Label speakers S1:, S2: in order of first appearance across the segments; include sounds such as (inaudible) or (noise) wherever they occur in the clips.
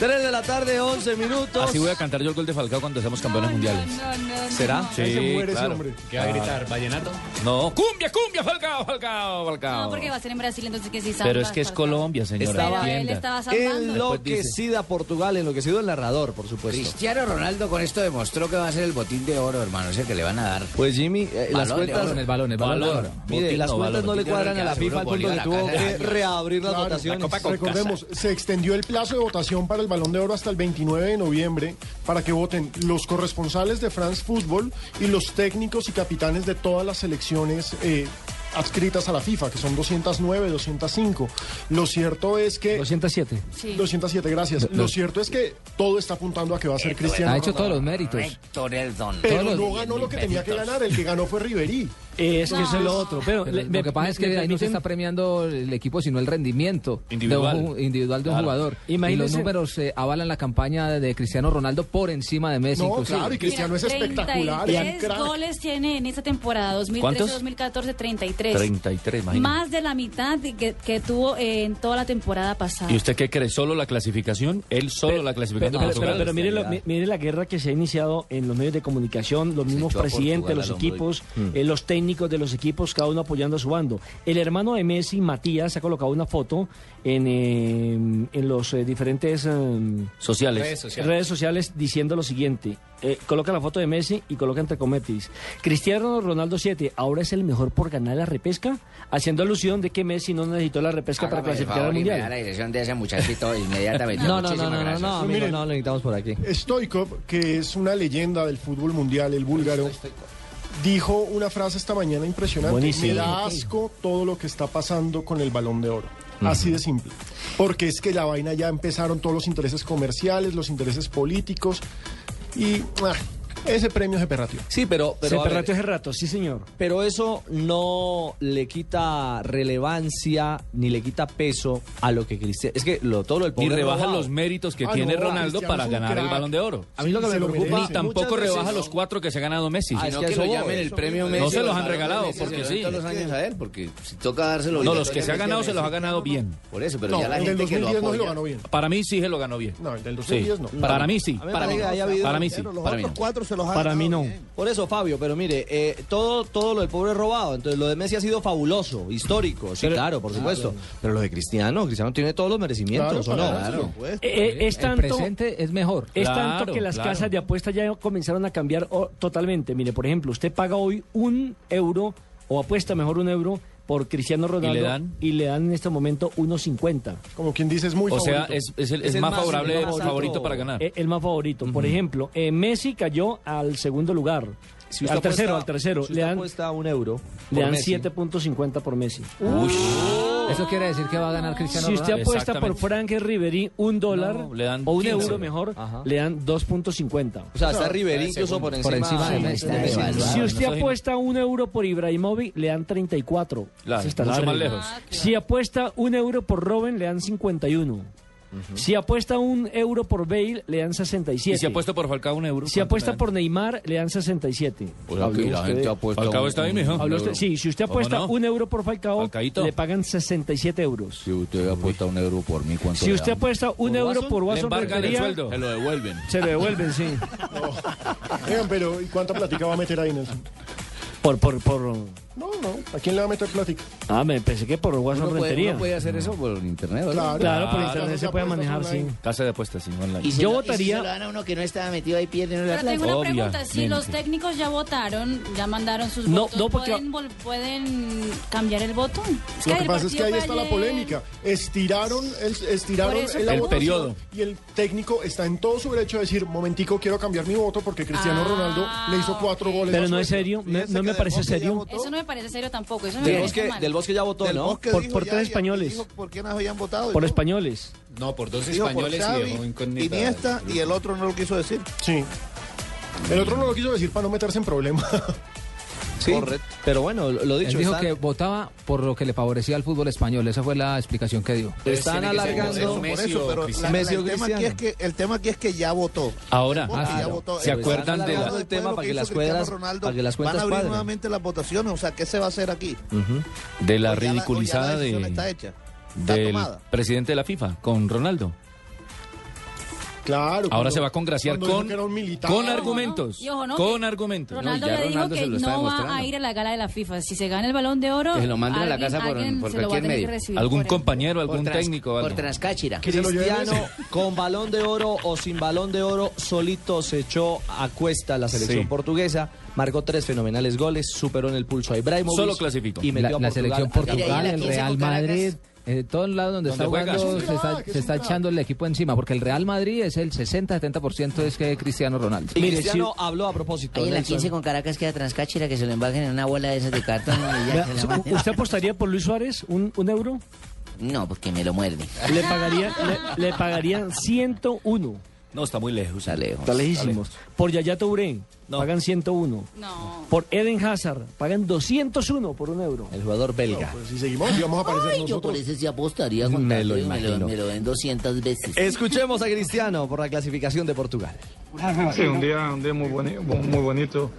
S1: 3 de la tarde, 11 minutos.
S2: Así voy a cantar yo el gol de Falcao cuando seamos campeones mundiales. ¿Será?
S3: Ahí se muere ese
S2: claro.
S3: hombre.
S4: ¿Qué va a gritar? ¿Vallenato?
S2: No, cumbia, cumbia, Falcao, Falcao, Falcao.
S5: No, porque va a ser en Brasil, entonces que sí salva,
S2: Pero es que es
S5: salva.
S2: Colombia, señora.
S5: Pero él
S2: entienda.
S5: estaba salvando.
S1: Enloquecida Portugal, enloquecido el narrador, por supuesto.
S6: Cristiano Ronaldo con esto demostró que va a ser el botín de oro, hermano. Ese que le van a dar.
S1: Pues Jimmy, eh, las
S6: Balón de
S1: cuentas,
S6: oro.
S2: El balón, el balón.
S6: Valor.
S1: mire,
S2: Botín,
S1: las
S2: no,
S1: cuentas
S2: balón.
S1: no le cuadran a la
S6: Seguro
S1: FIFA al punto que
S6: Bolívar
S1: tuvo
S6: acá,
S1: que
S6: acá.
S1: reabrir las
S3: Claro,
S1: votaciones.
S6: la Copa con
S3: Recordemos, se extendió el plazo de votación para el Balón de Oro hasta el 29 de noviembre para que voten los corresponsales de France Football y los técnicos y capitanes de todas las selecciones eh, adscritas a la FIFA, que son 209, 205. Lo cierto es que...
S2: 207.
S5: Sí.
S3: 207, gracias. Lo cierto es que todo está apuntando a que va a ser Cristiano
S2: Ha hecho
S3: Ronaldo.
S2: todos los méritos.
S6: Héctor el don.
S3: Pero no ganó lo que tenía que ganar, el que ganó fue Riverí.
S4: Es que eso es lo otro. Pero,
S2: Pero
S4: le-
S2: lo
S4: me-
S2: que pasa es que
S4: me
S2: ahí no se
S4: permiten-
S2: está premiando el equipo, sino el rendimiento de un Individual.
S4: Individual.
S2: ju- individual de un
S4: Claro.
S2: jugador. Y los
S4: Imagínese-
S2: números eh, avalan la campaña de, de Cristiano Ronaldo por encima de Messi,
S3: No,
S2: inclusive.
S3: claro, y
S5: Mira,
S3: Cristiano es espectacular. es un
S5: 33
S3: crack.
S5: goles tiene en esta temporada, 2013,
S2: ¿Cuántos?
S5: 2014, 33.
S2: 33, imagínate.
S5: Más de la mitad de que, que tuvo eh, en toda la temporada pasada.
S2: ¿Y usted qué cree? ¿Solo la clasificación? ¿Él solo la clasificación
S4: Pero,
S2: de
S4: pero-
S2: Portugal?
S4: pero- pero mire, lo- mi- mire la guerra que se ha iniciado en los medios de comunicación, los mismos
S6: echó a Portugal
S4: presidentes, los
S6: al hombro Mm.
S4: equipos, eh, los técnicos de los equipos, cada uno apoyando a su bando. El hermano de Messi, Matías, ha colocado una foto en, eh, en los eh, diferentes eh,
S2: Sociales.
S4: redes sociales diciendo lo siguiente. eh, coloca la foto de Messi y coloca entre cometis. Cristiano Ronaldo 7, ahora es el mejor por ganar la repesca, haciendo alusión de que Messi no necesitó la repesca para
S6: Hágame el
S4: clasificar al
S6: Ah, favor y me da
S4: Mundial.
S6: la dirección de ese muchachito inmediatamente.
S2: No, no, no,
S6: Muchísimas
S2: no, no,
S6: gracias.
S2: no, amigo,
S3: Miren.
S2: no lo necesitamos por aquí.
S3: Stoikov, que es una leyenda del fútbol mundial, el búlgaro, dijo una frase esta mañana impresionante.
S4: Buenísimo.
S3: Me da asco todo lo que está pasando con el balón de oro. Así de simple. Porque es que la vaina ya empezaron todos los intereses comerciales, los intereses políticos y ah, ese premio se perratió.
S1: Sí, pero,
S4: Se
S1: pero, a ver,
S4: perrateó hace rato, sí señor.
S1: pero eso no le quita relevancia ni le quita peso a lo que Cristiano. Es que lo, todo lo del
S2: Ni
S1: pobre
S2: rebaja
S1: robado.
S2: los méritos que
S3: Ah,
S2: tiene
S3: no,
S2: Ronaldo
S3: Cristiano
S2: para
S3: es un
S2: ganar el
S3: crack.
S2: Balón de Oro.
S3: A mí lo que me preocupa-
S2: Ni tampoco
S3: Muchas veces
S2: rebaja
S3: no.
S2: los cuatro que se ha ganado Messi.
S1: Ah, es
S6: Sino
S1: que
S6: que,
S1: eso
S6: lo
S1: voy.
S6: llamen el premio
S1: No
S6: Messi,
S2: se los han
S6: Balón
S2: regalado,
S6: Messi,
S2: porque
S6: se lo
S2: sí.
S6: dan todos los años a él, porque si toca dárselo.
S2: No, los que se ha
S6: obligatoriamente,
S2: ganado se los ha
S6: Messi.
S2: ganado bien.
S6: Por eso, pero
S3: No,
S6: ya la
S3: el del
S6: gente que lo
S3: 2010 no se lo ganó
S6: apoya.
S3: bien.
S2: Para mí sí se lo ganó bien.
S3: No, el del
S2: Sí.
S3: 2010 no.
S2: Para mí sí.
S1: A mí me
S2: Para mí,
S1: parece que haya habido-
S2: para mí sí.
S6: Para mí no.
S4: Para mí no.
S1: Por eso, Fabio, pero mire, eh, todo, todo lo del pobre es robado. Entonces, lo de Messi ha sido fabuloso, histórico, sí, claro, por supuesto. Pero lo de Cristiano, Cristiano tiene todos los merecimientos,
S3: Claro,
S1: ¿o no?
S3: claro.
S4: Eh, es
S2: El
S4: tanto,
S2: presente es mejor.
S4: es
S2: Claro,
S4: tanto que las
S2: claro.
S4: casas de apuestas ya comenzaron a cambiar oh, totalmente. Mire, por ejemplo, usted paga hoy un euro o apuesta mejor un euro por Cristiano Ronaldo
S2: le dan?
S4: y le dan en este momento 1.50.
S3: Como quien dice, es muy
S2: O sea,
S3: favorito.
S2: es, es el,
S1: Es
S2: es
S1: el
S2: más
S1: más-
S2: favorable
S1: el más alto.
S2: favorito para ganar.
S4: Eh, el más favorito. Por ejemplo, eh, Messi cayó al segundo lugar.
S1: Si usted
S4: al tercero,
S1: apuesta-
S4: al tercero.
S1: Si
S4: le
S1: usted
S4: dan,
S1: apuesta un euro.
S4: le
S1: por
S4: dan
S1: Messi,
S4: 7.50 por Messi.
S2: Eso quiere decir que va a ganar Cristiano
S4: Si usted apuesta por
S2: Exactamente.
S4: Frank Ribery un dólar
S2: No, le dan
S4: o un
S2: 15.
S4: euro mejor,
S1: Ajá.
S4: le dan 2.50.
S1: O sea, está Ribery incluso por encima,
S2: Por encima de
S1: de
S2: Messi.
S1: Messi.
S6: Sí, sí, sí.
S4: Si
S2: Claro,
S4: usted
S2: Ah, no soy-
S4: apuesta un euro por Ibrahimovic, le dan 34.
S2: Claro,
S4: Ese está
S2: mucho
S4: largo.
S2: más lejos. Ah,
S4: Si apuesta un euro por Robin, le dan 51. Si apuesta un euro por Bale, le dan 67.
S2: Y si apuesta por Falcao un euro.
S4: Si apuesta
S2: ¿cuánto
S4: por Neymar, le dan 67.
S6: Pues aquí la gente apuesta
S2: Falcao
S6: un-
S2: está ahí,
S6: un-
S2: mijo.
S4: Habló
S6: un
S4: usted-
S6: euro.
S4: sí, si usted
S2: ¿Cómo
S4: apuesta
S2: no?
S4: un euro por Falcao,
S2: Falcaito.
S4: le pagan 67 euros.
S6: Si usted apuesta un euro por mí, ¿cuánto
S4: Si
S6: le
S4: usted
S6: dan?
S4: apuesta un
S1: ¿Por
S4: euro
S1: Watson?
S4: por
S2: le
S4: Watson
S2: embargan el
S4: Rentería,
S2: sueldo.
S6: Se lo devuelven.
S4: se lo devuelven, sí.
S3: Oigan, pero ¿y cuánta platica va a meter ahí, Nelson?
S4: Por, por, por...
S3: No, no. ¿A quién le va a meter platica?
S4: Ah, me pensé que por Watson
S6: Uno puede,
S4: Rentería.
S6: uno puede hacer eso por internet, ¿verdad?
S4: Claro, por
S3: Las
S4: internet se
S3: apuestas
S4: puede manejar, sí.
S3: online.
S2: Casa de apuestas, sí, online.
S4: Yo votaría...
S6: a uno que no estaba metido ahí pierde
S5: Pero tengo una pregunta, si
S2: Obviamente.
S5: los técnicos ya votaron, ya mandaron sus
S4: No,
S5: votos,
S4: no, porque-
S5: ¿pueden, vol- pueden cambiar el voto?
S3: Lo
S5: el
S3: que pasa es que
S5: partido
S3: ahí
S5: fue
S3: está la
S5: ayer.
S3: polémica. Estiraron el, estiraron
S5: Por eso
S3: el
S5: te
S3: votación
S2: periodo.
S3: Y el técnico está en todo su derecho de decir, momentico, quiero cambiar mi voto porque Cristiano
S5: Ah,
S3: Ronaldo le hizo cuatro
S5: ok.
S3: goles. a
S4: Pero
S3: su
S4: no es
S3: equipo.
S4: serio, no, no me parece serio.
S5: Eso no me parece serio tampoco, eso me
S1: Del
S5: parece
S1: bosque,
S5: mal.
S1: del bosque ya votó,
S7: Del
S1: ¿no?
S7: Bosque
S4: Por-
S7: dijo
S4: por
S7: ya,
S4: tres
S7: ya,
S4: españoles.
S7: dijo por quién habían votado. y
S4: Por
S7: yo, (laughs)
S4: españoles.
S8: No, por dos
S9: Dijo por
S8: españoles y dejó
S9: Xavi,
S8: incógnita.
S9: Iniesta y el otro no lo quiso decir.
S3: Sí. El otro no lo quiso decir para no meterse en problemas.
S1: Sí, Pero bueno, lo lo dicho,
S10: Él dijo
S1: están-
S10: que votaba por lo que le favorecía al fútbol español. Esa fue la explicación que dio.
S8: Entonces,
S1: Están
S8: tiene que ser
S1: alargando- Pues,
S8: Messi
S9: Por
S8: o
S9: eso, pero la-
S8: Cristiano.
S9: la-
S1: Messi o
S9: el, tema aquí es
S1: Cristiano.
S9: que, el tema aquí es que ya votó.
S8: Ahora,
S9: Porque
S10: ah,
S9: ya Pues
S10: no.
S9: votó.
S8: ¿se
S9: Pero
S8: acuerdan
S9: están
S8: de la-
S9: hablando del
S1: el tema
S9: de lo
S1: para
S9: que
S1: que
S9: hizo
S1: las
S9: Cristiano
S1: cuadras-
S9: Ronaldo.
S1: para que
S9: Van
S1: las
S9: a
S1: cuentas
S9: abrir
S1: cuadren.
S9: nuevamente las votaciones. O sea, ¿qué se va a hacer aquí? Pues
S2: De la
S9: O ya o ya
S2: ridiculizada
S9: la decisión
S2: de-
S9: está hecha. Está
S2: del
S9: tomada.
S2: presidente de la FIFA con Ronaldo.
S3: (laughs) Claro.
S2: Ahora
S3: cuando-
S2: se va a congraciar
S3: cuando dijo
S2: con-
S3: que era un militar.
S2: Con
S5: Y ojo,
S2: argumentos.
S5: ¿no? Y ojo, ¿no?
S2: Con
S5: Que
S2: argumentos.
S5: Ronaldo
S2: No, ya
S5: ya dijo
S2: Ronaldo se
S5: que
S2: lo está
S5: no va
S2: demostrando.
S5: a ir a la gala de la FIFA. Si se gana el balón de oro,
S6: Que se lo manden a la casa por-
S5: alguien
S6: por
S5: se lo va a
S6: cualquier
S5: tener que
S6: medio.
S5: recibir
S2: Algún
S5: por él.
S2: compañero,
S6: Por
S2: algún
S6: trans-
S2: técnico. algo.
S6: Por Transcáchira.
S3: Que se lo lleve
S1: Cristiano
S3: Messi.
S1: con balón de oro o sin balón de oro, solito se echó a cuesta la selección
S2: Sí.
S1: portuguesa, marcó tres fenomenales goles, superó en el pulso a Ibrahimovic
S2: Solo clasificó.
S10: La,
S1: y metió
S10: la
S1: a Portugal
S10: selección
S1: al
S10: Portugal,
S6: Mira, y
S10: el
S6: la 15
S10: Real
S6: con Caracas.
S10: Madrid, eh, todos lados donde
S2: Donde
S10: está
S2: juega.
S10: jugando,
S3: Es un
S10: se está,
S3: crack, es
S10: se
S3: un
S10: está
S3: crack.
S10: echando el equipo encima, porque el Real Madrid es el 60-70% es que Cristiano Ronaldo.
S1: Y
S11: Mire,
S1: Cristiano habló a propósito.
S6: Ahí en la
S1: Nelson.
S6: 15 con Caracas queda Transcáchira que se lo embarquen en una bola de esas de cartón. y ya
S11: Vea,
S6: se la manden.
S11: ¿Usted apostaría por Luis Suárez un, un euro?
S6: No, porque me lo muerde.
S11: Le pagarían, le, le pagarían 101.
S2: No, está muy lejos.
S6: Está lejos.
S11: Está lejísimos. Por Yaya Touré, pagan 101.
S5: No.
S11: Por Eden Hazard, pagan 201 por un euro.
S1: El jugador belga.
S3: Pues si seguimos, sí vamos a aparecer
S6: Ay, yo
S3: nosotros.
S6: por eso sí apostaría con
S1: Me lo
S6: tanto y me
S1: imagino.
S6: lo, me lo ven 200 veces.
S1: Escuchemos a Cristiano por la clasificación de Portugal.
S4: Sí, un día, un día muy, boni- muy bonito,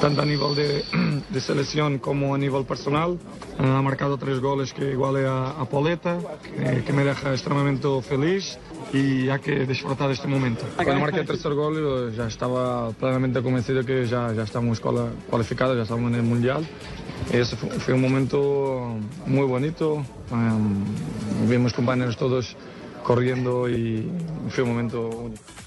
S4: tanto a nivel de, (clears throat) de selección como a nivel personal. Eh, Ha marcado tres goles que iguale a, a Pauleta, que, que me deja extremadamente feliz y hay que disfrutar de este momento. Cuando marqué el tercer gol yo ya estaba plenamente convencido que ya, ya estamos cual- cualificados, ya estamos en el Mundial. Ese fue, fue un momento muy bonito. em, vimos compañeros todos corriendo y fue un momento único.